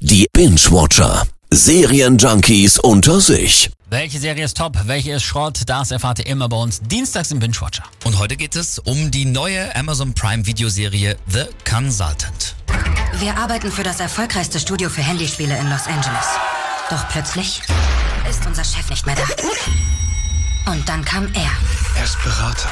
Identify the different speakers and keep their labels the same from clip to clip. Speaker 1: Die Binge-Watcher. Serienjunkies unter sich.
Speaker 2: Welche Serie ist top, welche ist Schrott, das erfahrt ihr immer bei uns dienstags im Binge-Watcher.
Speaker 3: Und heute geht es um die neue Amazon Prime Videoserie The Consultant.
Speaker 4: Wir arbeiten für das erfolgreichste Studio für Handyspiele in Los Angeles. Doch plötzlich ist unser Chef nicht mehr da. Und dann kam er.
Speaker 5: Er ist Berater.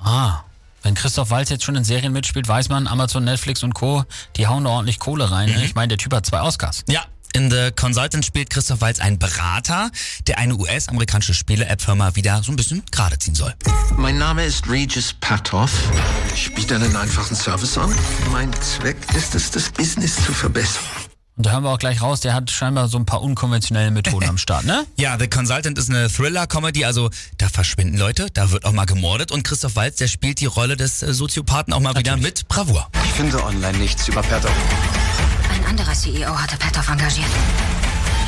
Speaker 2: Ah, wenn Christoph Walz jetzt schon in Serien mitspielt, weiß man, Amazon, Netflix und Co., die hauen da ordentlich Kohle rein. Ne? Ich meine, der Typ hat zwei Oscars.
Speaker 3: Ja. In The Consultant spielt Christoph Walz einen Berater, der eine US-amerikanische Spiele-App-Firma wieder so ein bisschen gerade ziehen soll.
Speaker 5: Mein Name ist Regis Patoff. Ich biete einen einfachen Service an. Mein Zweck ist es, das Business zu verbessern.
Speaker 2: Und da hören wir auch gleich raus, der hat scheinbar so ein paar unkonventionelle Methoden am Start, ne?
Speaker 3: Ja, The Consultant ist eine Thriller-Comedy, also da verschwinden Leute, da wird auch mal gemordet und Christoph Walz, der spielt die Rolle des äh, Soziopathen auch mal wieder mit Bravour.
Speaker 6: Ich finde online nichts über Perdo.
Speaker 4: Ein anderer CEO hatte Petov engagiert.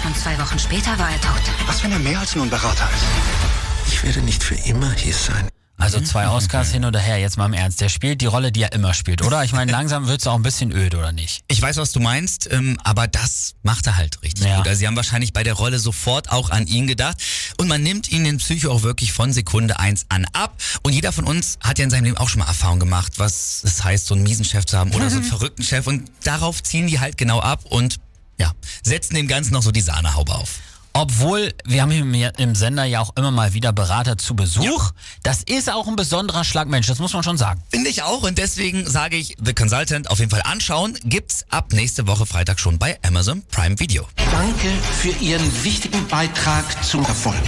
Speaker 4: Und zwei Wochen später war er tot.
Speaker 6: Was, wenn er mehr als nur ein Berater ist?
Speaker 5: Ich werde nicht für immer hier sein.
Speaker 2: Also zwei Oscars hin oder her, jetzt mal im Ernst. Der spielt die Rolle, die er immer spielt, oder? Ich meine, langsam wird's auch ein bisschen öde, oder nicht?
Speaker 3: Ich weiß, was du meinst, ähm, aber das macht er halt richtig
Speaker 2: Ja.
Speaker 3: gut. Also sie haben wahrscheinlich bei der Rolle sofort auch an ihn gedacht und man nimmt ihn den Psycho auch wirklich von Sekunde eins an ab und jeder von uns hat ja in seinem Leben auch schon mal Erfahrung gemacht, was es heißt, so einen miesen Chef zu haben oder so einen verrückten Chef und darauf ziehen die halt genau ab und ja, setzen dem Ganzen noch so die Sahnehaube auf.
Speaker 2: Obwohl, wir haben im, im Sender ja auch immer mal wieder Berater zu Besuch. Das ist auch ein besonderer Schlag Mensch, das muss man schon sagen.
Speaker 3: Finde ich auch und deswegen sage ich The Consultant auf jeden Fall anschauen. Gibt's ab nächste Woche Freitag schon bei Amazon Prime Video.
Speaker 7: Danke für Ihren wichtigen Beitrag zum Erfolg.